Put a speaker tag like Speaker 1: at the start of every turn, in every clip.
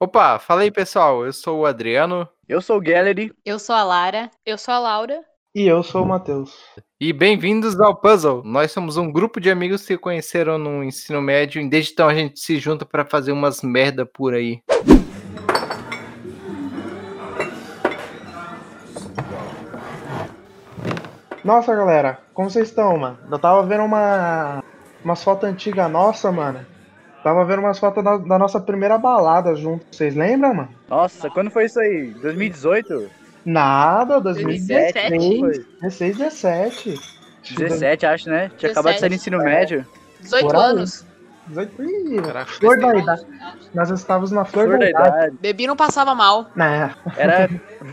Speaker 1: Opa, fala aí pessoal, eu sou o Adriano
Speaker 2: Eu sou o Gallery.
Speaker 3: Eu sou a Lara.
Speaker 4: Eu sou a Laura.
Speaker 5: E eu sou o Matheus.
Speaker 1: e bem-vindos ao Puzzle. Nós somos um grupo de amigos que se conheceram no ensino médio e desde então a gente se junta pra fazer umas merda por aí.
Speaker 5: Nossa, galera, como vocês estão, mano? Eu tava vendo uma umas fotos antigas nossa, mano. Tava vendo umas fotos da, da nossa primeira balada junto. Vocês lembram, mano?
Speaker 2: Nossa, quando foi isso aí? 2018?
Speaker 5: Nada,
Speaker 3: 2017.
Speaker 5: 2016,
Speaker 2: Foi.
Speaker 5: 16, 17.
Speaker 2: 17, acho, né? Tinha acabado de sair do
Speaker 5: É.
Speaker 2: ensino médio.
Speaker 3: 18
Speaker 5: Por aí.
Speaker 3: anos.
Speaker 5: 18. Ih, mano.
Speaker 1: Caraca,
Speaker 5: Flor da idade. Nós estávamos na flor,
Speaker 2: Flor da
Speaker 5: idade.
Speaker 2: idade.
Speaker 3: Bebi não passava mal.
Speaker 5: Né?
Speaker 2: Era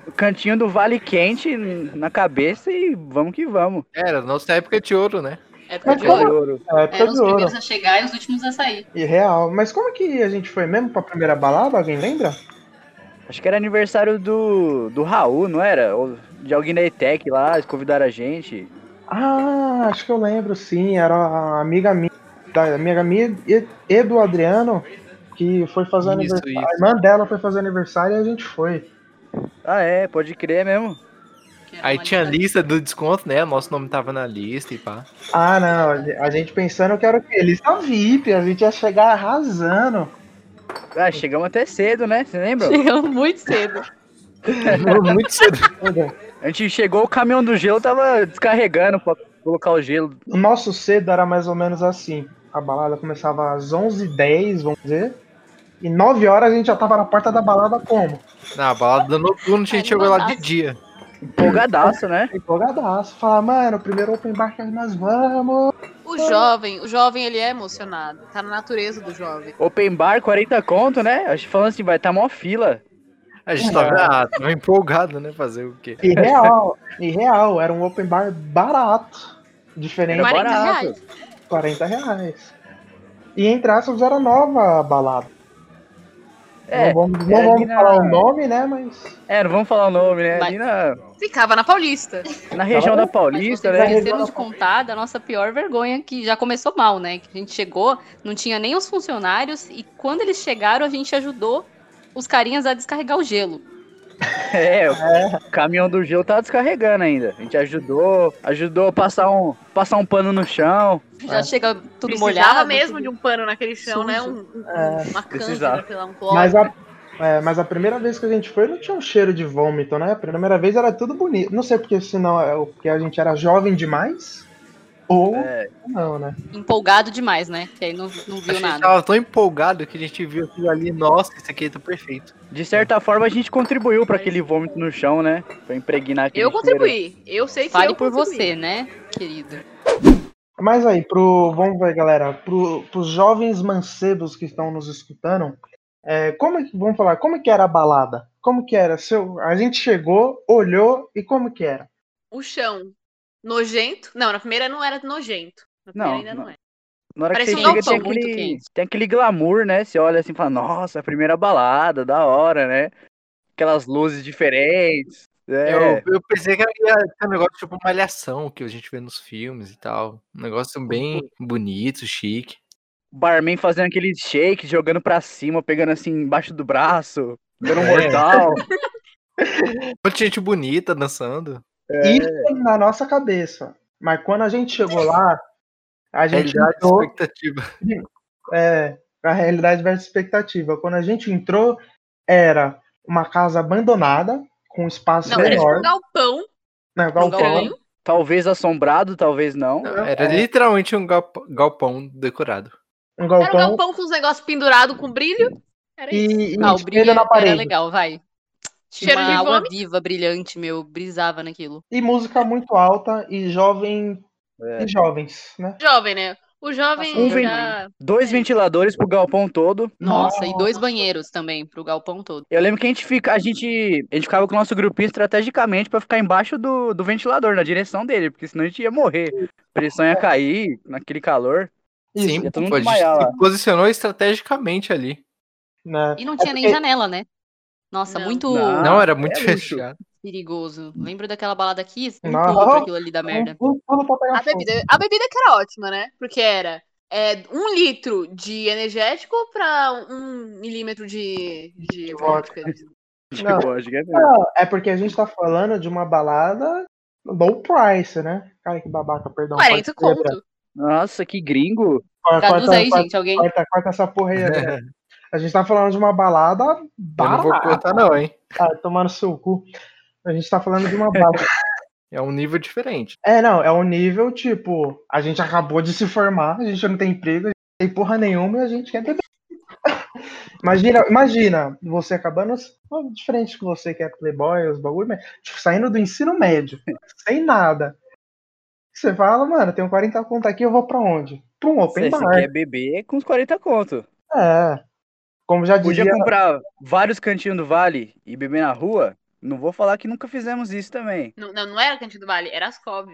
Speaker 2: o cantinho do Vale Quente na cabeça e vamos que vamos.
Speaker 1: Era nossa época de ouro, né?
Speaker 3: Época
Speaker 5: Mas
Speaker 3: de
Speaker 5: como-
Speaker 3: ouro.
Speaker 5: É, época
Speaker 4: Eram os
Speaker 5: de ouro.
Speaker 4: primeiros a chegar e os últimos a sair.
Speaker 5: E real. Mas como que a gente foi mesmo pra primeira balada? Alguém lembra?
Speaker 2: Acho que era aniversário do, do Raul, não era? Ou de alguém da ETEC lá, eles convidaram a gente.
Speaker 5: Ah, acho que eu lembro, sim. Era a amiga minha, da amiga minha e, e do Adriano, que foi fazer
Speaker 1: Isso,
Speaker 5: aniversário. A irmã dela foi fazer aniversário e a gente foi.
Speaker 2: Ah, é, pode crer mesmo.
Speaker 4: que era
Speaker 1: Aí
Speaker 4: uma
Speaker 1: tinha a
Speaker 4: lista-
Speaker 1: lista do desconto, né? Nosso nome tava na lista e pá.
Speaker 5: Ah, não, a ge- a gente pensando que era o quê? Lista VIP, a gente ia chegar arrasando.
Speaker 2: Ah, chegamos até cedo, né? Você lembra?
Speaker 4: Chegamos muito cedo.
Speaker 1: Muito cedo.
Speaker 2: A gente chegou, o caminhão do gelo tava descarregando pra colocar o gelo.
Speaker 5: O nosso cedo era mais ou menos assim. A balada começava às 11h10, vamos dizer. E 9 horas a gente já tava na porta da balada como?
Speaker 1: Na balada do noturno a gente
Speaker 4: Aí
Speaker 1: chegou lá de
Speaker 4: mandasse.
Speaker 1: dia.
Speaker 2: Empolgadaço, né?
Speaker 5: Empolgadaço. Falar, mano, primeiro open bar que nós vamos.
Speaker 3: O jovem, o jovem ele é emocionado. Tá na natureza do jovem.
Speaker 2: Open bar, 40 conto, né? Acho que falando assim, vai tá mó fila.
Speaker 1: A gente tava, ah, tava empolgado, né? Fazer o quê?
Speaker 5: E real, e real, era um open bar barato. Diferente
Speaker 2: Era
Speaker 5: de
Speaker 3: 40
Speaker 2: barato.
Speaker 3: reais.
Speaker 5: 40 reais. E entre aspas era nova a balada.
Speaker 2: É,
Speaker 5: não vamos, não
Speaker 2: era
Speaker 5: vamos
Speaker 2: ali na-
Speaker 5: falar o nome, né? Mas.
Speaker 2: é, não vamos falar o nome, né?
Speaker 3: Vai.
Speaker 2: Ali na,
Speaker 3: Ficava na Paulista.
Speaker 2: na região da
Speaker 4: Mas
Speaker 2: Paulista,
Speaker 4: vocês
Speaker 2: né?
Speaker 4: esqueceram de contar da nossa pior vergonha, que já começou mal, né? Que a gente chegou, não tinha nem os funcionários, e quando eles chegaram, a gente ajudou os carinhas a descarregar o gelo.
Speaker 2: É, o caminhão do gelo tava descarregando ainda. A gente ajudou, ajudou a passar um, passar um pano no chão.
Speaker 4: Já
Speaker 5: É.
Speaker 4: chega tudo
Speaker 3: Precisava
Speaker 4: molhado.
Speaker 3: mesmo
Speaker 4: tudo-
Speaker 3: de um pano naquele chão,
Speaker 4: sujo.
Speaker 3: né? Um, um-
Speaker 5: É,
Speaker 3: uma
Speaker 2: precisava.
Speaker 3: cândida, sei lá, um cloro.
Speaker 5: Mas a, é, mas a primeira vez que a gente foi não tinha um cheiro de vômito, né? A primeira vez era tudo bonito. Não sei porque senão é o- porque a gente era jovem demais. Ou
Speaker 2: É,
Speaker 5: não, né?
Speaker 4: Empolgado demais, né? Que aí não, não
Speaker 1: A
Speaker 4: viu
Speaker 1: gente
Speaker 4: nada.
Speaker 1: tava tão empolgado que a gente viu aquilo ali, nossa, isso aqui tá perfeito.
Speaker 2: de certa forma, a gente contribuiu pra aquele vômito no chão, né? Pra impregnar aquele
Speaker 3: Eu
Speaker 2: cheiro.
Speaker 3: contribuí. Eu sei que
Speaker 4: Fale
Speaker 3: eu
Speaker 4: por
Speaker 3: contribuí.
Speaker 4: você, né, querido?
Speaker 5: Mas aí, pro, vamos ver, galera, pro, pros jovens mancebos que estão nos escutando, é, como é que, vamos falar, como é que era a balada? Como que era? Seu, a gente chegou, olhou e como que era?
Speaker 3: O chão nojento. Não, na primeira não era nojento. Na primeira
Speaker 2: Não,
Speaker 3: ainda não,
Speaker 2: não.
Speaker 3: é.
Speaker 2: Na hora
Speaker 3: Parece
Speaker 2: que
Speaker 3: um
Speaker 2: você chega, tem
Speaker 3: galpão muito
Speaker 2: aquele,
Speaker 4: quente.
Speaker 2: tem aquele glamour, né? Você olha assim e fala, nossa, primeira balada, da hora, né? Aquelas luzes diferentes. É,
Speaker 1: Eu, eu pensei que ia ser um negócio tipo malhação que a gente vê nos filmes e tal. Um negócio bem bonito, chique.
Speaker 2: o barman fazendo aquele shake, jogando pra cima, pegando assim embaixo do braço, dando um
Speaker 1: É.
Speaker 2: mortal.
Speaker 1: Um monte de gente bonita dançando.
Speaker 5: Isso na nossa cabeça. Mas quando a gente chegou lá, a gente
Speaker 1: Realidade
Speaker 5: entrou,
Speaker 1: expectativa.
Speaker 5: é, a realidade versus expectativa. Quando a gente entrou, era uma casa abandonada, com um espaço
Speaker 3: Não, era tipo um
Speaker 5: enorme,
Speaker 3: galpão.
Speaker 5: né,
Speaker 3: Um
Speaker 5: galpão, né,
Speaker 3: galpão.
Speaker 2: talvez assombrado, talvez não.
Speaker 1: Era
Speaker 2: é.
Speaker 1: literalmente um galpão, galpão decorado.
Speaker 5: um
Speaker 3: Era um
Speaker 5: galpão,
Speaker 3: galpão né? com os negócios pendurados com brilho. Era isso.
Speaker 5: e, e
Speaker 4: Ah, o
Speaker 5: espelho
Speaker 4: brilho
Speaker 5: na
Speaker 4: era
Speaker 5: parede.
Speaker 4: legal, vai. Tinha
Speaker 3: Cheiro de
Speaker 4: uma água
Speaker 3: vômito.
Speaker 4: viva brilhante, meu, brisava naquilo.
Speaker 5: E música muito alta e jovem.
Speaker 2: É.
Speaker 5: E jovens, né?
Speaker 3: Jovem, né? O jovem
Speaker 2: Um
Speaker 3: já...
Speaker 2: Dois ventiladores pro galpão todo.
Speaker 4: Nossa, e dois banheiros também, pro galpão todo.
Speaker 2: Eu lembro que a gente, fica, a gente, a gente ficava com o nosso grupinho estrategicamente pra ficar embaixo do, do ventilador, na direção dele, porque senão a gente ia morrer. A pressão ia cair naquele calor.
Speaker 5: Isso,
Speaker 1: Sim,
Speaker 2: ia todo
Speaker 1: pô,
Speaker 2: mundo
Speaker 1: a gente
Speaker 2: desmaiar
Speaker 1: se posicionou estrategicamente ali.
Speaker 5: Né?
Speaker 4: E não tinha nem
Speaker 5: porque-
Speaker 4: janela, né? Nossa,
Speaker 3: Não.
Speaker 4: muito
Speaker 2: Não. Ah,
Speaker 1: Não, era muito
Speaker 2: é luxo.
Speaker 1: fechado.
Speaker 4: perigoso.
Speaker 3: Hum.
Speaker 4: Lembro daquela balada aqui, um
Speaker 5: Não.
Speaker 4: pulo pra aquilo ali da merda.
Speaker 5: Um pulo pra pegar
Speaker 3: A
Speaker 5: fogo.
Speaker 3: bebida, a bebida que era ótima, né? Porque era é, um litro de energético pra um milímetro de, de vodka.
Speaker 5: Não.
Speaker 2: Tipo, acho que é mesmo.
Speaker 5: Não, é porque a gente tá falando de uma balada low price, né? Cara, que babaca, perdão.
Speaker 3: 40
Speaker 5: pode ser, né?
Speaker 3: conto.
Speaker 2: Nossa, que gringo.
Speaker 5: Corta,
Speaker 3: Tá
Speaker 4: Traduz
Speaker 5: corta,
Speaker 4: aí,
Speaker 5: corta,
Speaker 4: gente, alguém.
Speaker 5: Corta, corta essa porra aí. André. A gente tá falando de uma balada
Speaker 1: Eu não vou
Speaker 5: barata.
Speaker 1: cortar, não, hein?
Speaker 5: Ah, tomar no seu cu. A gente tá falando de uma balada.
Speaker 1: É um nível diferente.
Speaker 5: é, não, é um nível tipo, a gente acabou de se formar, a gente não tem emprego, a gente não tem porra nenhuma e a gente quer beber. imagina, imagina, você acabando, ó, diferente que você que é playboy, os bagulho, mas, tipo, saindo do ensino médio, sem nada. Você fala, mano, tenho 40 conto aqui, eu vou pra onde? Pra um
Speaker 2: Se
Speaker 5: open
Speaker 2: você
Speaker 5: bar.
Speaker 2: quer beber, é com uns 40 conto.
Speaker 5: É. Como já dizia.
Speaker 2: Podia comprar vários cantinhos do Vale e beber na rua. Não vou falar que nunca fizemos isso também.
Speaker 3: Não, não, não era Cantinho do Vale, era Ascov.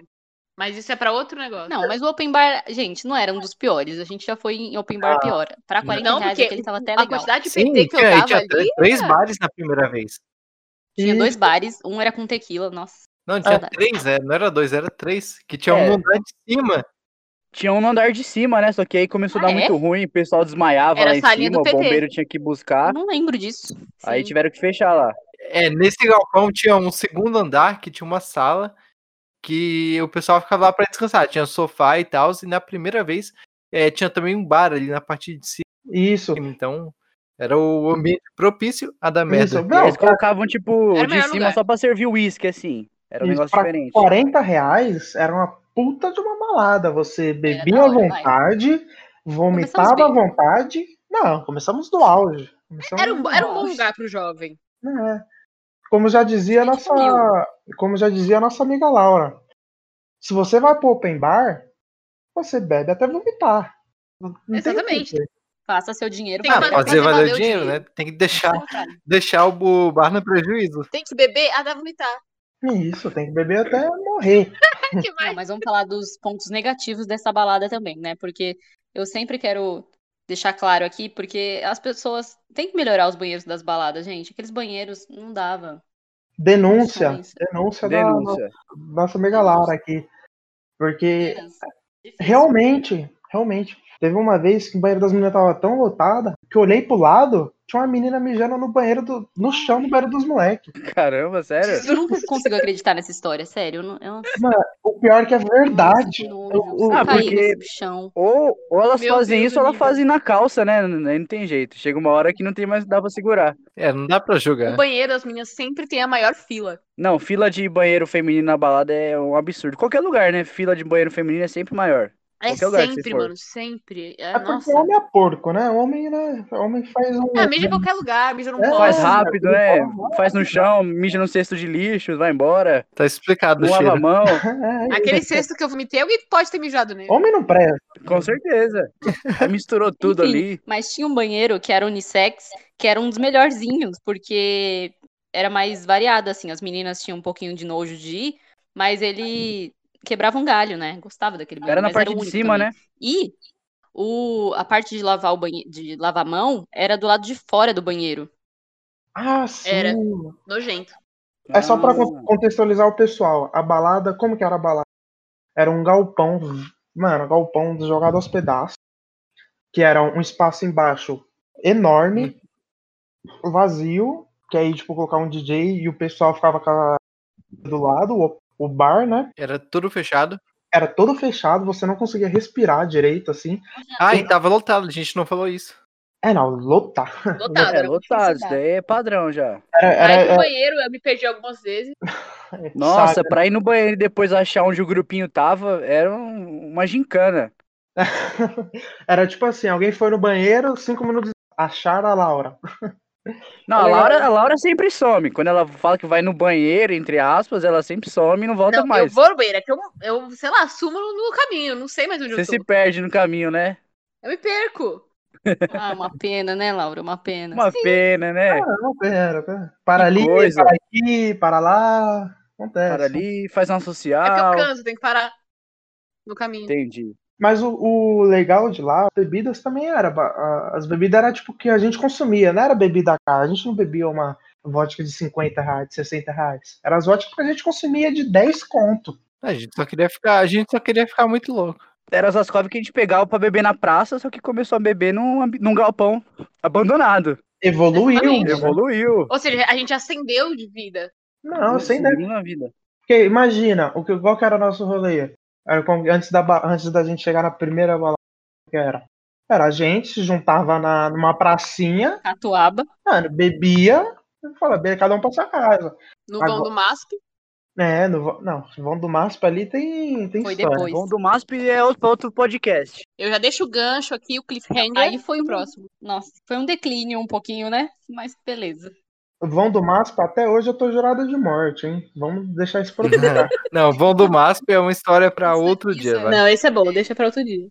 Speaker 3: Mas isso é pra outro negócio.
Speaker 4: Não, mas o open bar, gente, não era um dos piores. A gente já foi em open bar pior. Pra 40
Speaker 3: Ah. Não,
Speaker 4: reais
Speaker 3: porque
Speaker 4: aquele tava até
Speaker 3: a
Speaker 4: legal.
Speaker 3: quantidade de
Speaker 1: Sim,
Speaker 3: PT É que eu
Speaker 1: tinha,
Speaker 3: dava
Speaker 1: tinha
Speaker 3: ali. né?
Speaker 1: três
Speaker 3: cara.
Speaker 1: bares na primeira vez.
Speaker 4: Tinha
Speaker 5: E-
Speaker 4: dois bares, um era com tequila, nossa.
Speaker 1: Não, tinha
Speaker 4: Saudades.
Speaker 1: três, é, não era dois, era três. Que tinha
Speaker 2: É.
Speaker 1: um andar de cima.
Speaker 2: Tinha um no andar de cima, né? Só que aí começou a
Speaker 4: Ah,
Speaker 2: dar
Speaker 4: é?
Speaker 2: muito ruim, o pessoal desmaiava
Speaker 3: Era
Speaker 2: lá
Speaker 3: a
Speaker 2: em
Speaker 3: salinha
Speaker 2: cima,
Speaker 3: do
Speaker 2: o
Speaker 3: PT.
Speaker 2: bombeiro tinha que buscar.
Speaker 3: Ah.
Speaker 4: Eu não lembro disso.
Speaker 2: Aí
Speaker 4: Sim.
Speaker 2: tiveram que fechar lá.
Speaker 1: É, nesse galpão tinha um segundo andar que tinha uma sala que o pessoal ficava lá pra descansar. Tinha sofá e tal. E na primeira vez é, tinha também um bar ali na parte de cima.
Speaker 5: Isso.
Speaker 1: Então era o ambiente propício a dar merda.
Speaker 5: Isso.
Speaker 2: E
Speaker 5: Não,
Speaker 2: eles colocavam, tipo,
Speaker 3: Era o
Speaker 2: de
Speaker 3: melhor
Speaker 2: cima
Speaker 3: lugar.
Speaker 2: só pra servir uísque, assim. Era um
Speaker 5: Isso,
Speaker 2: negócio
Speaker 5: pra
Speaker 2: diferente.
Speaker 5: 40 reais era uma puta de uma balada.
Speaker 3: É,
Speaker 5: Você bebia
Speaker 4: da
Speaker 5: à
Speaker 4: hora, vai.
Speaker 5: vontade, vomitava à
Speaker 4: bem.
Speaker 5: vontade. Não, começamos do auge. Começamos
Speaker 3: Era um,
Speaker 5: do
Speaker 3: era um bom
Speaker 5: auge.
Speaker 3: lugar pro jovem.
Speaker 5: É. Como já dizia a
Speaker 4: Gente,
Speaker 5: nossa, como já dizia a nossa amiga Laura, se você vai pro open bar, você bebe até vomitar. Não tem
Speaker 3: Exatamente.
Speaker 5: jeito.
Speaker 4: Faça seu dinheiro.
Speaker 3: Tem
Speaker 4: pra
Speaker 1: Ah,
Speaker 3: que
Speaker 4: ver.
Speaker 3: fazer-
Speaker 1: fazer valer
Speaker 3: valer
Speaker 1: o
Speaker 3: o
Speaker 1: dinheiro, né?
Speaker 3: dinheiro.
Speaker 1: Tem que deixar,
Speaker 4: Contrário.
Speaker 1: deixar o bu- bar no prejuízo.
Speaker 3: Tem que beber até vomitar.
Speaker 5: Isso, tem que beber até morrer.
Speaker 3: Que
Speaker 4: Não,
Speaker 3: mais?
Speaker 4: mas vamos falar dos pontos negativos dessa balada também, né? Porque eu sempre quero deixar claro aqui, porque as pessoas têm que melhorar os banheiros das baladas, gente. Aqueles banheiros não dava.
Speaker 5: Denúncia,
Speaker 4: condições.
Speaker 5: denúncia, da
Speaker 2: Denúncia.
Speaker 5: nossa amiga Laura aqui.
Speaker 3: É.
Speaker 5: Porque
Speaker 4: Meninas, difícil.
Speaker 5: realmente, realmente, teve uma vez que o banheiro das meninas tava tão lotada que eu olhei pro lado, tinha uma menina mijando no banheiro do. no chão do banheiro dos moleques.
Speaker 2: Caramba, sério?
Speaker 4: Eu nunca consigo acreditar nessa história, sério. Eu não, eu não
Speaker 5: O pior é que é
Speaker 4: que
Speaker 5: verdade.
Speaker 4: nojo.
Speaker 5: O- o-
Speaker 4: Você
Speaker 2: Ah,
Speaker 4: cair
Speaker 2: porque-
Speaker 4: nesse chão.
Speaker 2: Ou, ou elas
Speaker 3: Meu
Speaker 2: fazem
Speaker 3: Deus,
Speaker 2: isso ou elas
Speaker 3: Olivia.
Speaker 2: fazem na calça, né? N- Aí não tem jeito. Chega uma hora que não tem mais, dá pra segurar.
Speaker 1: É, não dá pra
Speaker 3: O
Speaker 1: julgar.
Speaker 3: banheiro das meninas sempre tem a maior fila.
Speaker 2: Não, fila de banheiro feminino na balada é um absurdo. Qualquer lugar, né? Fila de banheiro feminino é sempre maior.
Speaker 3: É
Speaker 2: Qualquer lugar que você
Speaker 3: sempre,
Speaker 2: for.
Speaker 3: mano, sempre. É,
Speaker 5: É porque
Speaker 3: nossa.
Speaker 5: homem é porco, né? Homem, né? Homem faz um.
Speaker 3: Ah, mija em qualquer lugar, mija num
Speaker 5: É,
Speaker 3: poste.
Speaker 2: Faz
Speaker 5: Ah,
Speaker 2: rápido,
Speaker 5: tudo
Speaker 2: né?
Speaker 5: bom,
Speaker 2: Faz no chão, mija no cesto de lixo, vai embora.
Speaker 1: Tá explicado o
Speaker 2: Não lava a
Speaker 1: cheiro.
Speaker 2: mão.
Speaker 5: É, é.
Speaker 3: Aquele cesto que eu vomitei, alguém pode ter mijado nele.
Speaker 5: Homem não presta.
Speaker 2: Com certeza. Aí misturou tudo
Speaker 4: Enfim,
Speaker 2: ali.
Speaker 4: Mas tinha um banheiro que era unissex, que era um dos melhorzinhos, porque era mais variado, assim. As meninas tinham um pouquinho de nojo de ir, mas ele quebrava um galho, né? Gostava daquele banheiro,
Speaker 2: Era na
Speaker 4: mas era
Speaker 2: parte
Speaker 4: o
Speaker 2: de
Speaker 4: único
Speaker 2: cima,
Speaker 4: também.
Speaker 2: né?
Speaker 4: E o, a parte de lavar o banhe... de lavar a mão era do lado de fora do banheiro.
Speaker 5: Ah, sim.
Speaker 3: Era. Nojento.
Speaker 5: É só pra
Speaker 2: Ah,
Speaker 5: con- contextualizar o pessoal. A balada, como que era a balada? Era um galpão, mano, galpão jogado aos pedaços, que era um espaço embaixo enorme, vazio, que aí, tipo, colocar um DJ e o pessoal ficava com a- do lado, o, o bar, né?
Speaker 1: Era tudo fechado.
Speaker 5: Era todo fechado, você não conseguia respirar direito, assim.
Speaker 1: Ah, e tava lotado, a gente não falou isso.
Speaker 5: É, não, lotar.
Speaker 3: Lotado.
Speaker 2: É
Speaker 3: era muito
Speaker 2: lotado, isso
Speaker 4: difícil,
Speaker 2: daí é padrão já.
Speaker 5: Era,
Speaker 3: Aí
Speaker 5: era,
Speaker 3: no banheiro eu me perdi algumas vezes.
Speaker 5: é,
Speaker 2: Nossa,
Speaker 5: sabe?
Speaker 2: pra ir no banheiro e depois achar onde o grupinho tava, era um- uma gincana.
Speaker 5: Era tipo assim, alguém foi no banheiro, cinco minutos, acharam a Laura.
Speaker 2: Não, a Laura, a Laura sempre some. Quando ela fala que vai no banheiro, entre aspas, ela sempre some e não volta
Speaker 3: não, eu
Speaker 2: mais.
Speaker 3: vou no banheiro. É que eu, eu, sei lá, sumo no, no caminho. Não sei mais onde
Speaker 2: Você
Speaker 3: eu tô.
Speaker 2: se perde no caminho, né?
Speaker 3: Eu me perco.
Speaker 4: Ah, uma pena, né, Laura? Uma pena.
Speaker 2: Uma pena, né?
Speaker 5: Ah, não, pera, pera. Para
Speaker 2: Que
Speaker 5: ali,
Speaker 2: coisa.
Speaker 5: para aqui, para lá. Acontece.
Speaker 2: Para ali, faz uma
Speaker 3: É porque eu
Speaker 2: social.
Speaker 3: canso, tem que parar no caminho.
Speaker 2: Entendi.
Speaker 5: Mas o, o legal de lá, as bebidas também era. ba- a- As bebidas era tipo que a gente consumia, não era bebida cara. A gente não bebia uma vodka de 50 reais, de 60 reais. Era as vodkas que a gente consumia de 10 conto.
Speaker 1: A gente só queria ficar, a gente só queria ficar muito louco.
Speaker 2: era Zascov que a gente pegava pra beber na praça, só que começou a beber num, ambi- num galpão abandonado.
Speaker 5: Evoluiu.
Speaker 3: Exatamente.
Speaker 5: né?
Speaker 2: Evoluiu.
Speaker 3: Ou seja, a gente acendeu de vida.
Speaker 5: Não, sem dúvida.
Speaker 2: Seguiu na vida.
Speaker 5: Porque imagina, o que, qual que era o nosso rolê? Era como- antes, da, ba- antes da gente chegar na primeira balada, que era? Era a gente se juntava na, numa pracinha,
Speaker 4: Catuaba.
Speaker 5: mano, bebia, e fala, "Bem, cada um pra sua casa.
Speaker 3: No
Speaker 5: Agora-
Speaker 3: vão do MASP.
Speaker 5: É, no, vão- não, vão do MASP ali tem, tem
Speaker 4: Foi
Speaker 5: história.
Speaker 4: depois.
Speaker 2: Bom do MASP é outro outro podcast.
Speaker 3: Eu já deixo o gancho aqui, o cliffhanger.
Speaker 4: Aí foi um-
Speaker 3: próximo.
Speaker 4: Nossa, foi um declínio um pouquinho, né? Mas beleza.
Speaker 5: Vão do MASP até hoje eu tô jurada de morte, hein? Vamos deixar isso pra outro lugar.
Speaker 1: Não, Vão do Masp é uma história pra
Speaker 3: Isso-
Speaker 1: outro
Speaker 3: isso
Speaker 1: dia,
Speaker 3: é-
Speaker 1: vai.
Speaker 3: Não, esse é bom, deixa pra outro dia.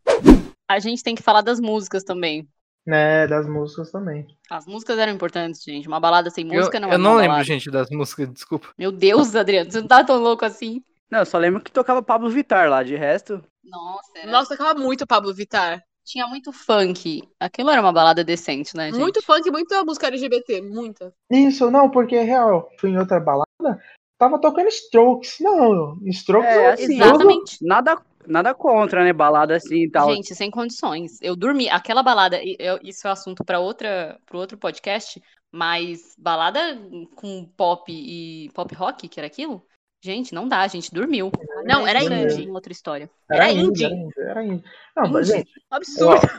Speaker 4: A gente tem que falar das músicas também.
Speaker 5: né, das músicas também.
Speaker 4: As músicas eram importantes, gente. Uma balada sem
Speaker 1: Eu,
Speaker 4: música não
Speaker 1: eu
Speaker 4: é
Speaker 1: não
Speaker 4: uma
Speaker 1: lembro,
Speaker 4: balada.
Speaker 1: gente, das músicas, desculpa.
Speaker 4: Meu Deus, Adriano, você não tá tão louco assim.
Speaker 2: Não, eu só lembro que tocava Pablo Vittar lá, de resto.
Speaker 4: Nossa,
Speaker 5: É.
Speaker 4: era-
Speaker 3: Nossa, tocava muito Pablo Vittar.
Speaker 4: tinha muito funk. Aquilo era uma balada decente, né, gente?
Speaker 3: Muito funk, muita música LGBT, muita.
Speaker 5: Isso, não, porque é real, fui em outra balada, tava tocando Strokes. Não, Strokes
Speaker 2: É,
Speaker 5: eu-
Speaker 2: assim,
Speaker 4: Exatamente.
Speaker 2: Nada, nada contra, né? Balada assim e tal.
Speaker 4: Gente, sem condições. Eu dormi. Aquela balada, e- eu- isso é assunto para outra, para outro podcast, mas balada com pop e pop rock, que era aquilo? Gente, não dá, a gente dormiu.
Speaker 3: Ah, Não, era
Speaker 2: Né,
Speaker 4: Isso é
Speaker 5: indie.
Speaker 4: uma outra história.
Speaker 3: era indie.
Speaker 5: indie, era indie, era indie. Não, mas,
Speaker 4: Indie.
Speaker 5: gente,
Speaker 3: Um Absurdo.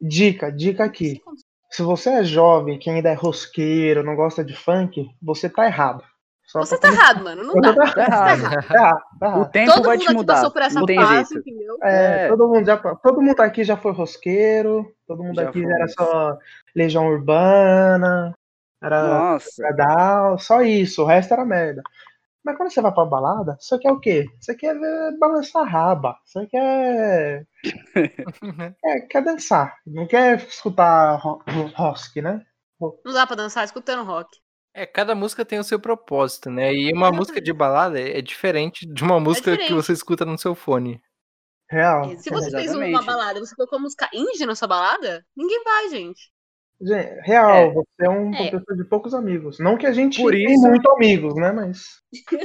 Speaker 5: Dica, dica
Speaker 4: Sem
Speaker 5: aqui.
Speaker 4: condições.
Speaker 5: Se você é jovem, que ainda é rosqueiro, não gosta de funk, você tá errado. Só
Speaker 3: Você tá
Speaker 5: pra-
Speaker 3: errado, mano. Não dá.
Speaker 5: Você tá
Speaker 2: Tá
Speaker 5: errado.
Speaker 2: errado.
Speaker 5: Tá errado, tá
Speaker 2: O
Speaker 5: errado.
Speaker 2: tempo
Speaker 3: é Todo
Speaker 2: vai
Speaker 3: mundo
Speaker 2: te
Speaker 3: aqui
Speaker 2: mudar.
Speaker 3: passou por essa
Speaker 2: não tem
Speaker 3: fase,
Speaker 2: jeito.
Speaker 3: entendeu?
Speaker 5: É,
Speaker 2: É.
Speaker 5: Todo, mundo já, todo mundo aqui já foi rosqueiro, todo mundo
Speaker 2: Já
Speaker 5: aqui
Speaker 2: foi.
Speaker 5: era só Legião Urbana, era
Speaker 2: Nossa.
Speaker 5: Gadal, só isso, o resto era merda. Mas quando você vai pra balada, você quer o quê? Você quer ver, balançar a raba, você quer,
Speaker 4: Uhum.
Speaker 5: é, quer dançar, não quer escutar ro- ro- rosque, né?
Speaker 3: Não dá pra dançar escutando rock.
Speaker 1: É, cada música tem o seu propósito, né? E uma música de balada é é diferente de uma música que
Speaker 3: diferente.
Speaker 1: você escuta no seu fone.
Speaker 5: Real.
Speaker 3: Se você fez um uma
Speaker 2: Ah, Exatamente.
Speaker 3: balada, você colocou música indie na sua balada, ninguém vai, gente.
Speaker 5: Gente, real,
Speaker 2: É.
Speaker 5: você é um, uma
Speaker 4: É.
Speaker 5: pessoa de poucos amigos. Não que a gente
Speaker 2: Por
Speaker 5: tem
Speaker 2: isso-
Speaker 5: muito amigos, né? Mas.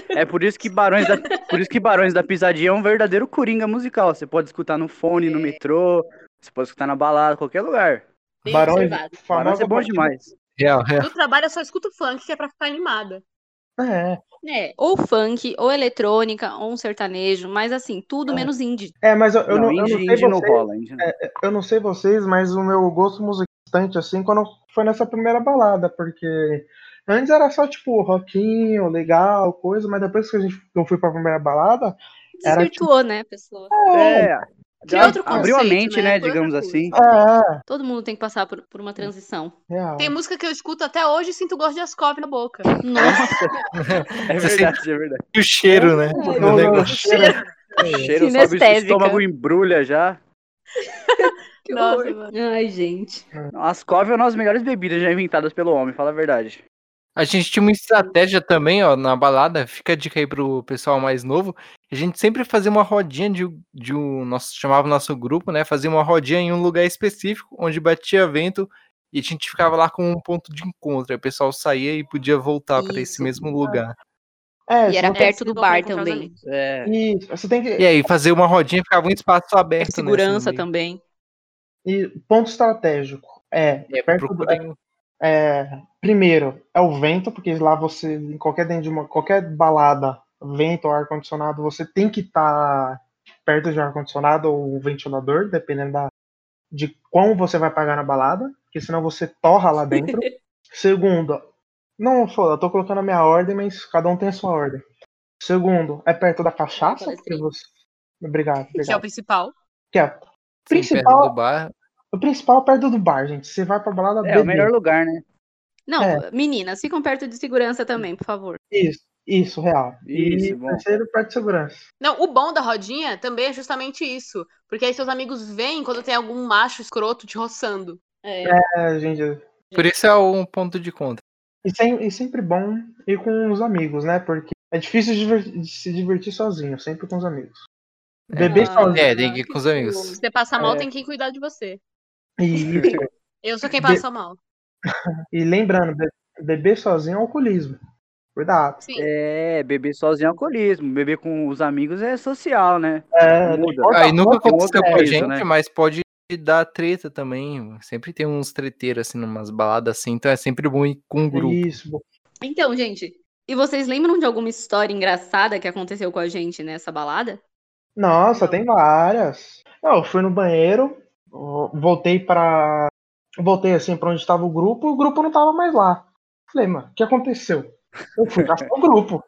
Speaker 2: É por isso que Barões da, por isso que Barões da Pisadinha é um verdadeiro coringa musical. Você pode escutar no fone,
Speaker 3: É.
Speaker 2: no metrô, você pode escutar na balada, qualquer lugar.
Speaker 4: Bem
Speaker 5: Barões,
Speaker 4: observado.
Speaker 2: Barões
Speaker 5: famosa
Speaker 2: é bom demais.
Speaker 1: Real,
Speaker 2: É.
Speaker 1: real.
Speaker 3: No trabalho eu só escuto funk, que é pra ficar animada.
Speaker 5: É,
Speaker 4: É, ou funk, ou eletrônica, ou um sertanejo, mas assim, tudo
Speaker 5: É.
Speaker 4: menos indie.
Speaker 5: é, mas eu, eu
Speaker 2: não,
Speaker 5: não, eu não
Speaker 2: indie,
Speaker 5: sei
Speaker 2: indie não
Speaker 5: vocês, É,
Speaker 2: rola. Indie não.
Speaker 5: eu não sei vocês, mas o meu gosto musicante, assim, quando foi nessa primeira balada, porque antes era só, tipo, rockinho, legal, coisa, mas depois que a gente, que eu fui pra primeira balada, Era
Speaker 4: Desvirtuou, né, pessoa?
Speaker 5: é,
Speaker 2: É,
Speaker 3: Que
Speaker 2: já
Speaker 3: outro
Speaker 2: abriu a
Speaker 3: conceito,
Speaker 2: mente,
Speaker 3: né?
Speaker 2: né,
Speaker 3: Foi outra
Speaker 2: digamos
Speaker 3: coisa.
Speaker 2: assim.
Speaker 5: é,
Speaker 4: Todo mundo tem que passar por, por uma transição.
Speaker 5: é,
Speaker 2: Ah.
Speaker 5: real.
Speaker 3: Tem música que eu escuto até hoje e sinto gosto de ascove na boca.
Speaker 4: Nossa,
Speaker 2: É
Speaker 1: Você
Speaker 2: verdade, é verdade.
Speaker 1: E o cheiro, né?
Speaker 5: Não,
Speaker 1: do
Speaker 5: não,
Speaker 1: negócio.
Speaker 5: cheira-
Speaker 2: O cheiro sobe, o
Speaker 4: Sinestésica.
Speaker 2: estômago embrulha já.
Speaker 4: que
Speaker 3: Nossa,
Speaker 4: horror.
Speaker 3: mano.
Speaker 4: É. Ai, gente.
Speaker 2: As cove é uma das melhores bebidas já inventadas pelo homem, fala a verdade.
Speaker 1: A gente tinha uma estratégia também, ó, na balada. Fica a dica aí pro pessoal mais novo. A gente sempre fazia uma rodinha de, de um. Nosso, chamava o nosso grupo, né? Fazia uma rodinha em um lugar específico, onde batia vento. E a gente ficava lá com um ponto de encontro. Aí o pessoal saía e podia voltar para esse
Speaker 4: Isso.
Speaker 1: mesmo lugar. né?
Speaker 5: é,
Speaker 4: E era
Speaker 5: você-
Speaker 4: perto
Speaker 3: se
Speaker 4: do
Speaker 3: bom pra
Speaker 4: bar
Speaker 3: encontrar os
Speaker 4: também.
Speaker 3: amigos.
Speaker 2: É,
Speaker 5: isso, você tem que.
Speaker 1: E aí, fazer uma rodinha ficava um espaço aberto. né, assim, no
Speaker 4: segurança
Speaker 1: meio.
Speaker 4: também.
Speaker 5: e ponto estratégico. É,
Speaker 1: É,
Speaker 5: perto do-
Speaker 1: procurem
Speaker 5: É, primeiro, é o vento, porque lá você, em qualquer dentro de uma, qualquer balada, vento ou ar-condicionado, você tem que estar perto de um ar-condicionado ou um ventilador, dependendo da, de quão você vai pagar na balada, porque senão você torra lá dentro. Segundo, não foda, eu tô colocando a minha ordem, mas cada um tem a sua ordem. Segundo, é perto da cachaça, porque
Speaker 2: assim.
Speaker 4: palestrinha.
Speaker 5: você. Obrigado,
Speaker 3: Que é o
Speaker 5: obrigado.
Speaker 3: principal.
Speaker 5: Que é-
Speaker 1: sim,
Speaker 5: principal-
Speaker 1: perto do bar.
Speaker 5: o principal é perto do bar, gente. Você vai pra balada
Speaker 2: é o
Speaker 5: beber.
Speaker 2: melhor lugar, né?
Speaker 4: Não,
Speaker 5: É.
Speaker 4: meninas, ficam perto de segurança também, por favor.
Speaker 5: Isso, isso, real.
Speaker 2: Isso,
Speaker 5: e
Speaker 2: bom.
Speaker 5: terceiro, perto de segurança.
Speaker 3: Não, o bom da rodinha também é justamente isso. Porque aí seus amigos veem quando tem algum macho escroto te roçando.
Speaker 4: É,
Speaker 5: É, gente.
Speaker 1: Por isso é um ponto de conta.
Speaker 5: E, sem- e sempre bom ir com os amigos, né? Porque é difícil diver- de se divertir sozinho, sempre com os amigos. Beber
Speaker 4: Ah,
Speaker 5: sozinho.
Speaker 1: É, tem que ir com os amigos.
Speaker 3: Se você passar mal,
Speaker 2: É.
Speaker 3: tem quem cuidar de você.
Speaker 5: E,
Speaker 3: Eu sou quem
Speaker 5: Be-
Speaker 3: passa mal.
Speaker 5: e lembrando, be- beber sozinho é alcoolismo. Cuidado.
Speaker 3: Sim.
Speaker 2: É, beber sozinho é alcoolismo. Beber com os amigos é social, né?
Speaker 5: É,
Speaker 2: Muda.
Speaker 5: não importa
Speaker 1: Aí Ah, nunca
Speaker 5: quanto é
Speaker 1: aconteceu
Speaker 5: você
Speaker 1: com a
Speaker 2: isso,
Speaker 1: gente,
Speaker 2: né?
Speaker 1: mas pode dar treta também. Sempre tem uns treteiros, assim, numas baladas assim, então é sempre bom ir com um
Speaker 5: é.
Speaker 1: grupo.
Speaker 5: Isso, bo-
Speaker 4: Então, gente, e vocês lembram de alguma história engraçada que aconteceu com a gente nessa balada?
Speaker 5: Nossa, tem várias. Não, eu fui no banheiro, vo- voltei pra. Voltei assim pra onde tava o grupo, o grupo não tava mais lá. Falei, mano, o que aconteceu? Eu fui caçar o grupo.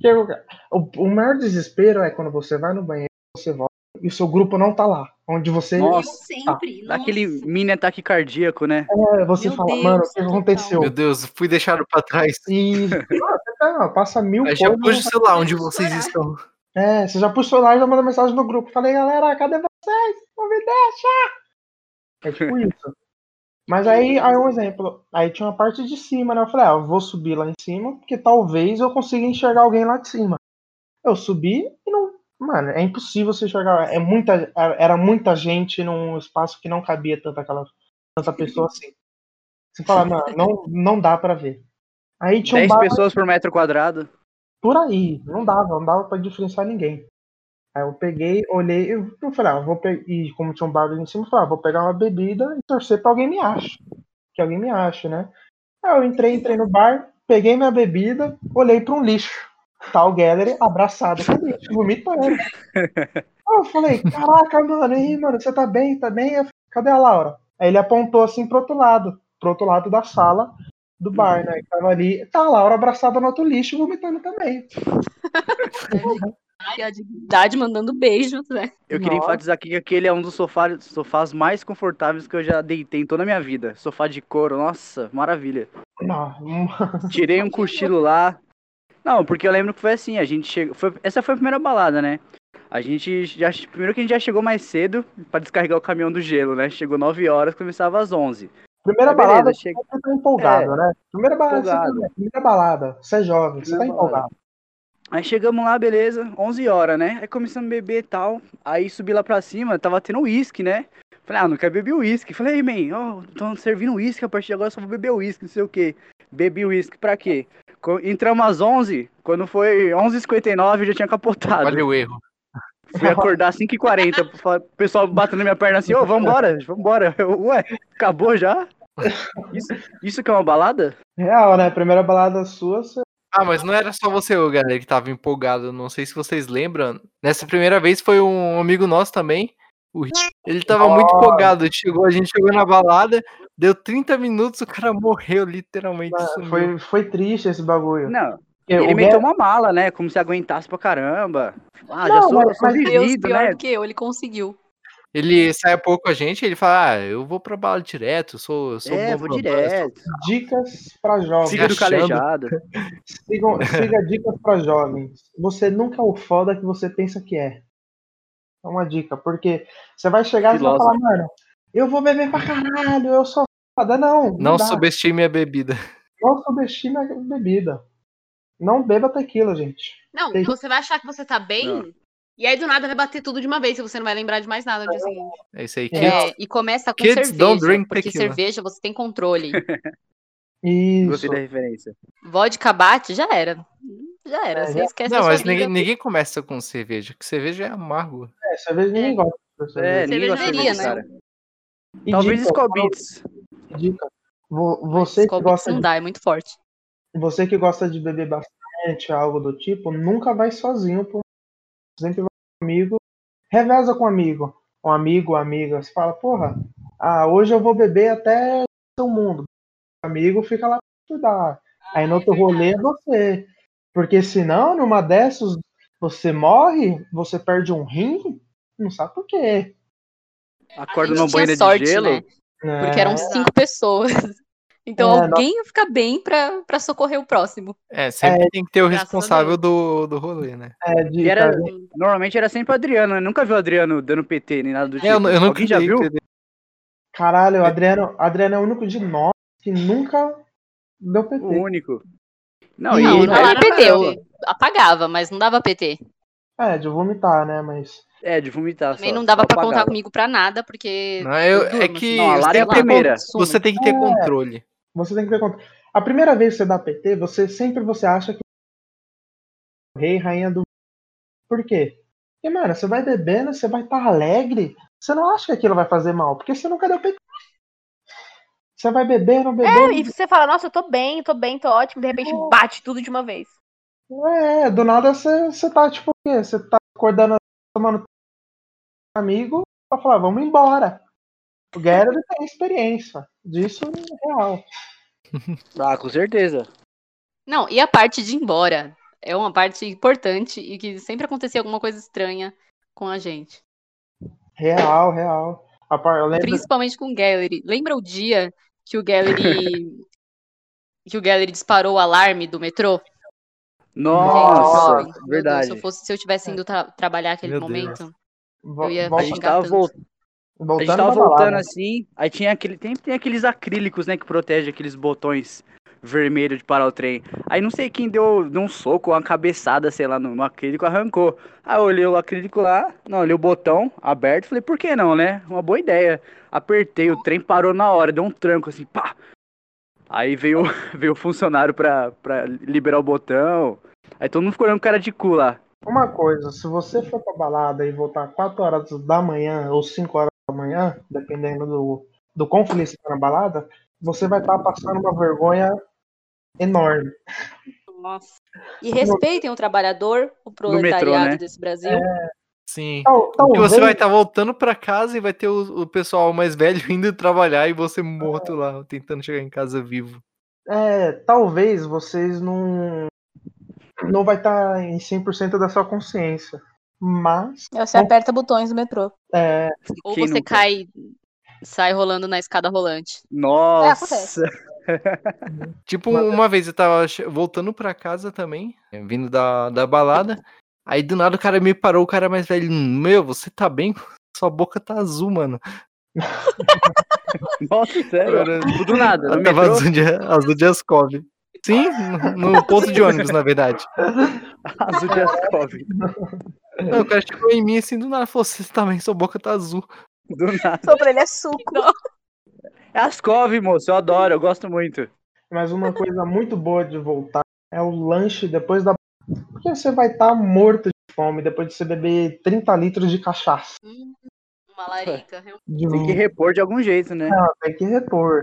Speaker 5: Que eu- O, o maior desespero é quando você vai no banheiro, você volta e o seu grupo não tá lá. Onde você,
Speaker 2: Nossa.
Speaker 4: sempre.
Speaker 2: Dá aquele mini ataque cardíaco, né?
Speaker 5: é, você
Speaker 4: Meu
Speaker 5: fala,
Speaker 4: Deus,
Speaker 5: mano, o que
Speaker 4: total.
Speaker 5: aconteceu?
Speaker 1: Meu Deus, fui deixado pra trás.
Speaker 5: E ah, você tá, não, passa mil
Speaker 1: Aí já
Speaker 5: coisas.
Speaker 1: puxa o celular onde
Speaker 4: Vou
Speaker 1: vocês
Speaker 4: chorar.
Speaker 1: estão.
Speaker 5: É, você já puxou lá e já manda mensagem no grupo. Falei, galera, cadê vocês? Não me deixa! É tipo isso. Mas aí, aí um exemplo. Aí tinha uma parte de cima, né? Eu falei, ah, eu vou subir lá em cima, porque talvez eu consiga enxergar alguém lá de cima. Eu subi e não. Mano, é impossível você enxergar. É muita, era muita gente num espaço que não cabia tanta, aquela, tanta pessoa assim. Você fala, não, não, não dá pra ver. Aí tinha um
Speaker 2: 10
Speaker 5: bar
Speaker 2: pessoas por metro quadrado.
Speaker 5: por aí. Não dava, não dava pra diferenciar ninguém. Aí eu peguei, olhei, eu eu falei, ah, vou pe- e como tinha um bar ali em cima, eu falei, ah, vou pegar uma bebida e torcer pra alguém me ache. Que alguém me ache, né? Aí eu entrei, entrei no bar, peguei minha bebida, olhei pra um lixo. Tá o Gallery abraçado com o lixo, vomitando. Aí eu falei, caraca, mano, e aí, mano, você tá bem, tá bem? Eu falei, Cadê a Laura? Aí ele apontou assim pro outro lado, pro outro lado da sala do bar, né? Que tava ali, tá a Laura abraçada no outro lixo, vomitando também.
Speaker 4: Ai, a dignidade mandando beijos, né?
Speaker 2: Eu queria
Speaker 5: Nossa.
Speaker 2: enfatizar aqui que aquele é um dos sofás, sofás mais confortáveis que eu já deitei em toda a minha vida. Sofá de couro, nossa, maravilha.
Speaker 5: Não,
Speaker 2: Tirei um cochilo lá. Não, porque eu lembro que foi assim, a gente chegou. foi- essa foi a primeira balada, né? A gente já. Primeiro que a gente já chegou mais cedo pra descarregar o caminhão do gelo, né? Chegou 9 horas, começava às 11.
Speaker 5: primeira
Speaker 2: Aí
Speaker 5: balada
Speaker 2: beleza, chega.
Speaker 5: Você tá empolgado, né? Primeira balada,
Speaker 2: empolgado.
Speaker 5: Você, tá- primeira balada, você é jovem, você tá
Speaker 2: Primeira balada.
Speaker 5: empolgado.
Speaker 2: Aí chegamos lá, beleza, 11 horas, né? Aí começamos a beber e tal. Aí subi lá pra cima, tava tendo uísque, né? Falei, ah, não quero beber uísque. Falei, ei, man, ó, tão servindo uísque, a partir de agora eu só vou beber uísque, não sei o quê. Bebi uísque pra quê? Co- Entramos às 11, quando foi 11h59 eu já tinha capotado.
Speaker 1: Olha o erro.
Speaker 2: Fui acordar às 5h40, pra falar- o pessoal batendo na minha perna assim, ô, vambora, vambora. Eu, Ué, acabou já? Isso, isso que é uma balada?
Speaker 5: Real, né? Primeira balada sua, você...
Speaker 1: Ah, mas não era só você, ô, galera, que tava empolgado. Não sei se vocês lembram. Nessa primeira vez foi um amigo nosso também. o Ri- Ele tava muito
Speaker 5: Nossa.
Speaker 1: empolgado. Chegou, a gente chegou na balada, deu 30 minutos, o cara morreu, literalmente. sumiu.
Speaker 5: foi, foi triste esse bagulho.
Speaker 2: Não,
Speaker 5: Porque
Speaker 2: Ele meteu
Speaker 5: o Guedes-
Speaker 2: uma mala, né? Como se aguentasse pra caramba. Ah,
Speaker 5: Não,
Speaker 2: já sou,
Speaker 5: mas- mas-
Speaker 4: Deus,
Speaker 2: sobrevivido,
Speaker 4: pior
Speaker 2: né?
Speaker 4: do que eu, ele conseguiu.
Speaker 1: Ele sai pouco a gente, ele fala: Ah, eu vou pra bala direto, eu sou, eu sou
Speaker 2: É,
Speaker 1: bom
Speaker 2: vou
Speaker 1: pra bala, eu sou
Speaker 2: direto.
Speaker 5: Dicas pra jovens.
Speaker 2: Siga do
Speaker 1: achando.
Speaker 2: calejado.
Speaker 5: Sigam, siga dicas pra jovens. Você nunca é o foda que você pensa que é. É uma dica, porque você vai chegar e você vai falar,
Speaker 2: Filósofo.
Speaker 5: mano, eu vou beber pra caralho, eu sou foda. Não, não,
Speaker 1: Não
Speaker 5: dá.
Speaker 1: subestime a bebida.
Speaker 5: Não subestime a bebida. Não beba tequila, gente.
Speaker 3: Não,
Speaker 5: Tem-
Speaker 3: você vai achar que você tá bem,
Speaker 2: Não.
Speaker 3: e aí do nada vai bater tudo de uma vez, e você não vai lembrar de mais nada do dia seguinte.
Speaker 1: É isso aí.
Speaker 5: É.
Speaker 1: Kids.
Speaker 4: É, e começa com
Speaker 1: Kids
Speaker 4: cerveja,
Speaker 1: don't drink
Speaker 4: porque
Speaker 1: tequila.
Speaker 4: cerveja você tem controle.
Speaker 5: Isso.
Speaker 2: Gostei da referência.
Speaker 4: Vodka bate, já era. Já era,
Speaker 5: É,
Speaker 4: você
Speaker 5: já-
Speaker 4: esquece
Speaker 1: Não,
Speaker 4: a sua
Speaker 1: mas
Speaker 4: vida.
Speaker 1: ninguém, ninguém começa com cerveja, que cerveja é amargo.
Speaker 5: É, cerveja ninguém
Speaker 4: É.
Speaker 5: gosta. de cerveja.
Speaker 2: É, ninguém gosta de
Speaker 4: Cervejaria,
Speaker 2: cerveja, cara.
Speaker 5: E
Speaker 2: Talvez
Speaker 5: dica,
Speaker 2: Skull Beats.
Speaker 5: dica. Vo- Você que,
Speaker 4: Skol Beats
Speaker 5: gosta
Speaker 4: não
Speaker 5: de,
Speaker 4: dá, é muito forte.
Speaker 5: você que gosta de beber bastante, algo do tipo, nunca vai sozinho. pro- Sempre vai com um amigo. Reveza com um amigo. Um amigo, uma amiga. Você fala, porra, ah, hoje eu vou beber até o mundo. O amigo fica lá pra ajudar. Aí no outro rolê é você. Porque senão, numa dessas, você morre, você perde um rim, não sabe por quê.
Speaker 2: Acorda
Speaker 4: A
Speaker 2: numa
Speaker 4: gente tinha
Speaker 2: banheira
Speaker 4: sorte,
Speaker 2: de gelo.
Speaker 4: né? Porque eram
Speaker 3: É.
Speaker 4: cinco pessoas. Então
Speaker 5: É,
Speaker 4: alguém ia ficar bem pra, pra socorrer o próximo.
Speaker 1: É, sempre tem que ter o
Speaker 3: graças a
Speaker 1: responsável do, do rolê, né?
Speaker 5: É, de,
Speaker 2: E era-
Speaker 5: tá-
Speaker 2: Normalmente era sempre o Adriano. Eu nunca vi o Adriano dando PT nem nada do tipo.
Speaker 1: É, eu, eu nunca
Speaker 2: Alguém já
Speaker 1: dei
Speaker 2: viu?
Speaker 1: PD.
Speaker 5: Caralho, o Adriano, Adriano é o único de nós que nunca deu PT.
Speaker 2: O único. Não,
Speaker 5: Não,
Speaker 2: e
Speaker 5: não
Speaker 2: ele
Speaker 4: era
Speaker 2: era
Speaker 4: PT,
Speaker 2: caramba.
Speaker 4: eu apagava, mas não dava PT.
Speaker 5: É, de vomitar, né? Mas.
Speaker 2: É, de vomitar.
Speaker 4: Também
Speaker 2: só.
Speaker 4: não dava
Speaker 2: Só
Speaker 4: pra
Speaker 2: apagava.
Speaker 4: contar comigo pra nada, porque.
Speaker 1: Não, eu-
Speaker 4: eu durmo,
Speaker 1: é
Speaker 4: assim.
Speaker 1: que
Speaker 2: Não, a
Speaker 1: você
Speaker 2: Lara é
Speaker 1: tem
Speaker 2: a
Speaker 1: que ter con-
Speaker 2: primeira.
Speaker 1: você tem que ter
Speaker 5: É.
Speaker 1: controle.
Speaker 5: Você tem que ter conta. A primeira vez que você dá PT, você sempre você acha que o rei, rainha do Por quê? Porque, mano, você vai bebendo, você vai estar alegre, você não acha que aquilo vai fazer mal, porque você nunca deu PT. Você vai bebendo,
Speaker 6: É,
Speaker 5: bebendo.
Speaker 6: e você fala, nossa, eu tô bem, tô bem, tô ótimo, de repente bate tudo de uma vez.
Speaker 5: É, do nada você você tá tipo o quê? Você tá acordando, tomando amigo pra falar, vamos embora. O Gerard tem experiência disso é real.
Speaker 2: Ah, com certeza.
Speaker 4: Não, e a parte de ir embora? É uma parte importante e que sempre acontecia alguma coisa estranha com a gente.
Speaker 5: Real, real. A par- eu lembro-
Speaker 4: Principalmente com o Gallery. Lembra o dia que o Gallery. que o Gallery disparou o alarme do metrô?
Speaker 2: Nossa,
Speaker 4: Gente, meu Deus,
Speaker 2: verdade.
Speaker 4: se eu fosse, se eu tivesse indo tra- trabalhar aquele
Speaker 1: Meu
Speaker 4: momento,
Speaker 5: vo-
Speaker 4: eu ia
Speaker 2: A
Speaker 5: volta-
Speaker 2: gente
Speaker 4: xingar
Speaker 2: tava,
Speaker 4: tanto.
Speaker 2: vol- a
Speaker 5: voltando
Speaker 2: gente tava
Speaker 5: pra balada.
Speaker 2: voltando assim, aí tinha aquele. Tem, tem aqueles acrílicos, né, que protege aqueles botões vermelhos de parar o trem. Aí não sei quem deu, deu um soco, uma cabeçada, sei lá, no, no acrílico, arrancou. Aí eu olhei o acrílico lá, não, olhei o botão aberto, falei, por que não, né? Uma boa ideia. Apertei, o trem parou na hora, deu um tranco assim, pá! Aí veio, veio o funcionário pra, pra liberar o botão. Aí todo mundo ficou olhando com cara de cu lá.
Speaker 5: Uma coisa, se você for pra balada e voltar 4 horas da manhã ou 5 horas da manhã, dependendo do, do quão feliz você tá na balada, você vai estar passando uma vergonha enorme.
Speaker 4: Nossa. E respeitem o trabalhador, o proletariado
Speaker 2: né?
Speaker 4: desse Brasil.
Speaker 1: Sim.
Speaker 5: Tal-
Speaker 1: Porque
Speaker 5: Então, talvez-
Speaker 1: você vai estar voltando pra casa e vai ter o, o pessoal mais velho indo trabalhar e você morto lá, tentando chegar em casa vivo.
Speaker 5: É, talvez vocês não não vai estar em 100% da sua consciência, mas
Speaker 6: Você aperta botões do metrô.
Speaker 5: é,
Speaker 4: Ou
Speaker 2: Quem
Speaker 4: você
Speaker 2: nunca?
Speaker 4: cai, sai rolando na escada rolante. É,
Speaker 2: Nossa!
Speaker 1: Tipo, uma vez eu tava che- voltando pra casa também, eh, vindo da, da balada. Aí do nada o cara me parou, o cara mais velho. Meu, você tá bem? Sua boca tá azul, mano.
Speaker 2: Nossa, sério? né?
Speaker 1: Era-
Speaker 2: Do nada, no
Speaker 1: Ela tava
Speaker 2: "Ah, metrô?
Speaker 1: azul de, azul de Ascov. Sim, no, no ponto de ônibus, na verdade.
Speaker 2: Azul de Ascov.
Speaker 1: Não, o cara chegou em mim assim do nada falou: Você também, sua boca tá azul.
Speaker 2: Do nada.
Speaker 6: Sobre ele é suco.
Speaker 2: É Ascov, moço, eu adoro, eu gosto muito.
Speaker 5: mas uma coisa muito boa de voltar é o lanche depois da porque você vai estar morto de fome depois de você beber 30 litros de cachaça.
Speaker 4: Uma larica. realmente.
Speaker 5: De
Speaker 2: Tem que repor de algum jeito, né?
Speaker 5: Ah, tem que repor.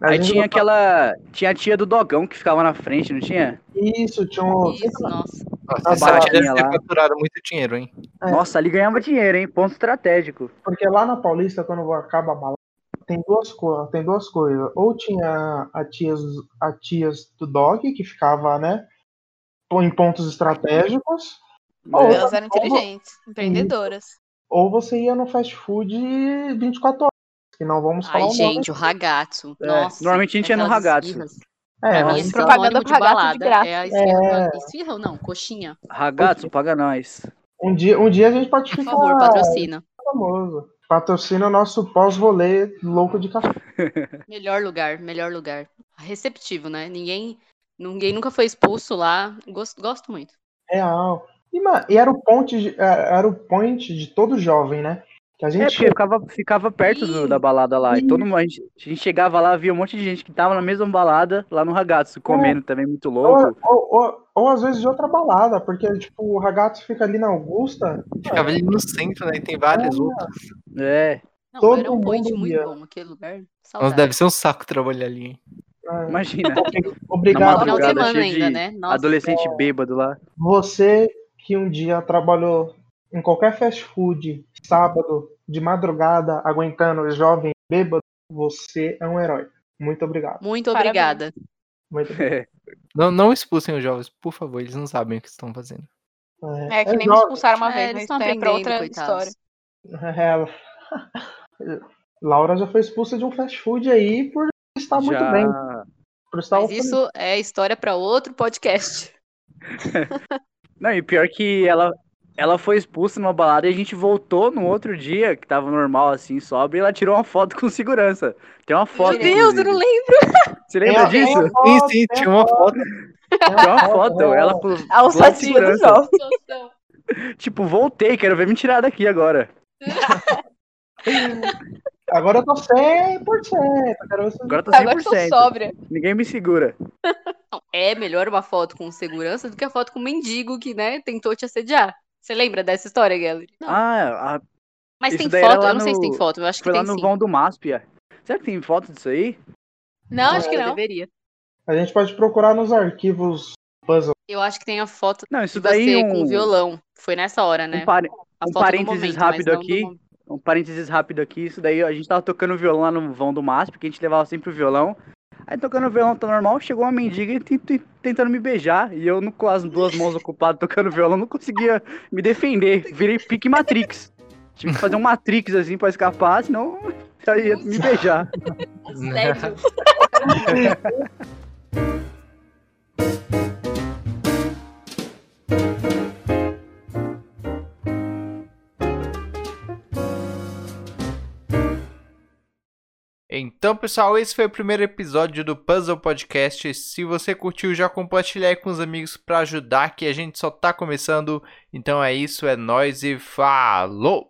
Speaker 5: A
Speaker 2: Aí
Speaker 5: gente
Speaker 2: tinha aquela. Tinha a tia do dogão que ficava na frente, não tinha?
Speaker 5: Isso, tinha um...
Speaker 4: Isso, nossa.
Speaker 1: Nossa,
Speaker 5: A
Speaker 1: essa tia deve
Speaker 2: baladinha
Speaker 1: ter
Speaker 2: lá.
Speaker 1: faturado muito dinheiro, hein?
Speaker 5: É.
Speaker 2: Nossa, ali ganhava dinheiro, hein? Ponto estratégico.
Speaker 5: Porque lá na Paulista, quando acaba a balada, tem duas, co- tem duas coisas. Ou tinha a tias, a tias do dog, que ficava, né? Em pontos estratégicos.
Speaker 2: Né?
Speaker 5: Ou,
Speaker 6: Elas eram inteligentes, empreendedoras.
Speaker 5: ou você ia no fast food 24 horas. Que não vamos falar
Speaker 4: Ai,
Speaker 5: o nome.
Speaker 4: gente, o ragazzo.
Speaker 2: um É,
Speaker 4: Nossa.
Speaker 2: normalmente a gente é no
Speaker 4: aquelas
Speaker 2: ragazzo.
Speaker 4: esfirras.
Speaker 5: É,
Speaker 4: Pra mim,
Speaker 5: mas-
Speaker 4: é
Speaker 6: Nossa, propaganda
Speaker 4: sinônimo de
Speaker 6: pro ragazzo
Speaker 4: balada.
Speaker 6: de graça.
Speaker 4: É a esfirra. Esfirra ou não? Coxinha.
Speaker 2: Ragazzo, paga nós.
Speaker 5: um, dia, um dia a gente pode
Speaker 4: Por
Speaker 5: ficar
Speaker 4: favor, patrocina.
Speaker 5: famoso. Patrocina o nosso pós-volê louco de café.
Speaker 4: Melhor lugar, melhor lugar. Receptivo, né? Ninguém, ninguém nunca foi expulso lá. Gosto, gosto muito.
Speaker 5: Real. E, ma- e era o ponte de- é, era era o point de todo jovem, né? Que a
Speaker 2: É,
Speaker 5: gente
Speaker 2: porque ficava, ficava perto do-
Speaker 4: Sim.
Speaker 2: da balada lá. E todo mundo, a, gente, a gente chegava lá, via um monte de gente que tava na mesma balada, lá no ragazzo,
Speaker 5: É.
Speaker 2: comendo também, é muito
Speaker 5: Ou,
Speaker 2: louco.
Speaker 5: ou, ou, ou às vezes de outra balada, porque tipo, o ragazzo fica ali na Augusta. né?
Speaker 1: Ficava ali no centro, né? Tem várias outras.
Speaker 2: É.
Speaker 4: Não,
Speaker 5: Todo
Speaker 4: era um point
Speaker 5: mundo
Speaker 4: muito
Speaker 5: ia.
Speaker 4: bom aquele lugar.
Speaker 1: Nossa,
Speaker 4: Saudade.
Speaker 1: deve ser um saco trabalhar ali, hein?
Speaker 5: né?
Speaker 2: Imagina.
Speaker 4: Final
Speaker 5: Obrigado.
Speaker 2: Na
Speaker 4: de
Speaker 2: é madrugada,
Speaker 4: semana
Speaker 2: cheio
Speaker 4: ainda,
Speaker 2: de
Speaker 4: né? Nossa.
Speaker 2: Adolescente bêbado lá.
Speaker 5: Você que um dia trabalhou em qualquer fast food, sábado, de madrugada, aguentando jovem, bêbado, você é um herói. Muito obrigado.
Speaker 4: Muito
Speaker 6: Parabéns.
Speaker 4: obrigada.
Speaker 5: Muito obrigado.
Speaker 2: É.
Speaker 1: Não, não expulsem os jovens, por favor, eles não sabem o que estão fazendo.
Speaker 6: É que nem me
Speaker 5: jovem,
Speaker 6: expulsaram uma
Speaker 4: É,
Speaker 6: vez,
Speaker 4: eles
Speaker 6: mas isso
Speaker 4: estão
Speaker 6: é pra
Speaker 4: aprendendo,
Speaker 6: outra
Speaker 4: coitados.
Speaker 6: história.
Speaker 5: é. Laura já foi expulsa de um fast food aí por estar Tá muito
Speaker 2: Já-
Speaker 5: bem. Por estar
Speaker 2: um
Speaker 4: Mas
Speaker 5: ofendida.
Speaker 4: isso é história pra outro podcast.
Speaker 2: Não, e pior que ela, ela foi expulsa numa balada e a gente voltou no outro dia, que tava normal, assim, sobre, e ela tirou uma foto com segurança. Tem uma foto.
Speaker 4: Meu Deus, eu não
Speaker 2: inclusive.
Speaker 4: lembro.
Speaker 2: Você lembra
Speaker 5: É,
Speaker 2: disso?
Speaker 5: é.
Speaker 1: Sim, sim, tinha uma foto.
Speaker 2: Tem uma foto.
Speaker 5: é.
Speaker 2: Ela falou.
Speaker 6: A
Speaker 2: "Guarda
Speaker 6: ousadia do
Speaker 2: segurança."
Speaker 6: jovem.
Speaker 2: Tipo, voltei, quero ver me tirar daqui agora.
Speaker 5: Agora eu tô 100%. Quero ver se...
Speaker 2: Agora eu tô 100%.
Speaker 6: Agora eu tô sóbria.
Speaker 2: Ninguém me segura.
Speaker 4: Não, é melhor uma foto com segurança do que a foto com um mendigo que, né, tentou te assediar. Você lembra dessa história, Gallery? Não.
Speaker 2: Ah, a-
Speaker 4: Mas
Speaker 2: isso
Speaker 4: tem
Speaker 2: daí era
Speaker 4: foto?
Speaker 2: lá
Speaker 4: Eu não sei se
Speaker 2: no-
Speaker 4: tem foto, eu acho que
Speaker 2: foi lá
Speaker 4: tem
Speaker 2: no
Speaker 4: sim.
Speaker 2: vão do Máspia. Será que tem foto disso aí?
Speaker 4: Não, acho que
Speaker 6: É.
Speaker 4: não. Deveria.
Speaker 5: A gente pode procurar nos arquivos puzzle.
Speaker 4: Eu acho que tem a foto
Speaker 2: Não, isso
Speaker 4: de
Speaker 2: daí
Speaker 4: você
Speaker 2: um,
Speaker 4: com violão. Foi nessa hora,
Speaker 2: um
Speaker 4: né?
Speaker 2: pare-
Speaker 4: A
Speaker 2: um
Speaker 4: foto do
Speaker 2: parênteses
Speaker 4: momento, mas
Speaker 2: rápido
Speaker 4: não do
Speaker 2: aqui.
Speaker 4: momento.
Speaker 2: Um parênteses rápido aqui, isso daí a gente tava tocando violão lá no vão do MASP, porque a gente levava sempre o violão. Aí tocando o violão tá normal, chegou uma mendiga e tent- tent- tentando me beijar. E eu no- com as duas mãos ocupadas tocando violão, não conseguia me defender. Virei pique Matrix. Tive que fazer um Matrix assim pra escapar, senão ela ia me beijar.
Speaker 4: Sério.
Speaker 1: Então, pessoal, esse foi o primeiro episódio do Puzzle Podcast. Se você curtiu, já compartilha aí com os amigos pra ajudar, que a gente só tá começando. Então é isso, é nóis e falou!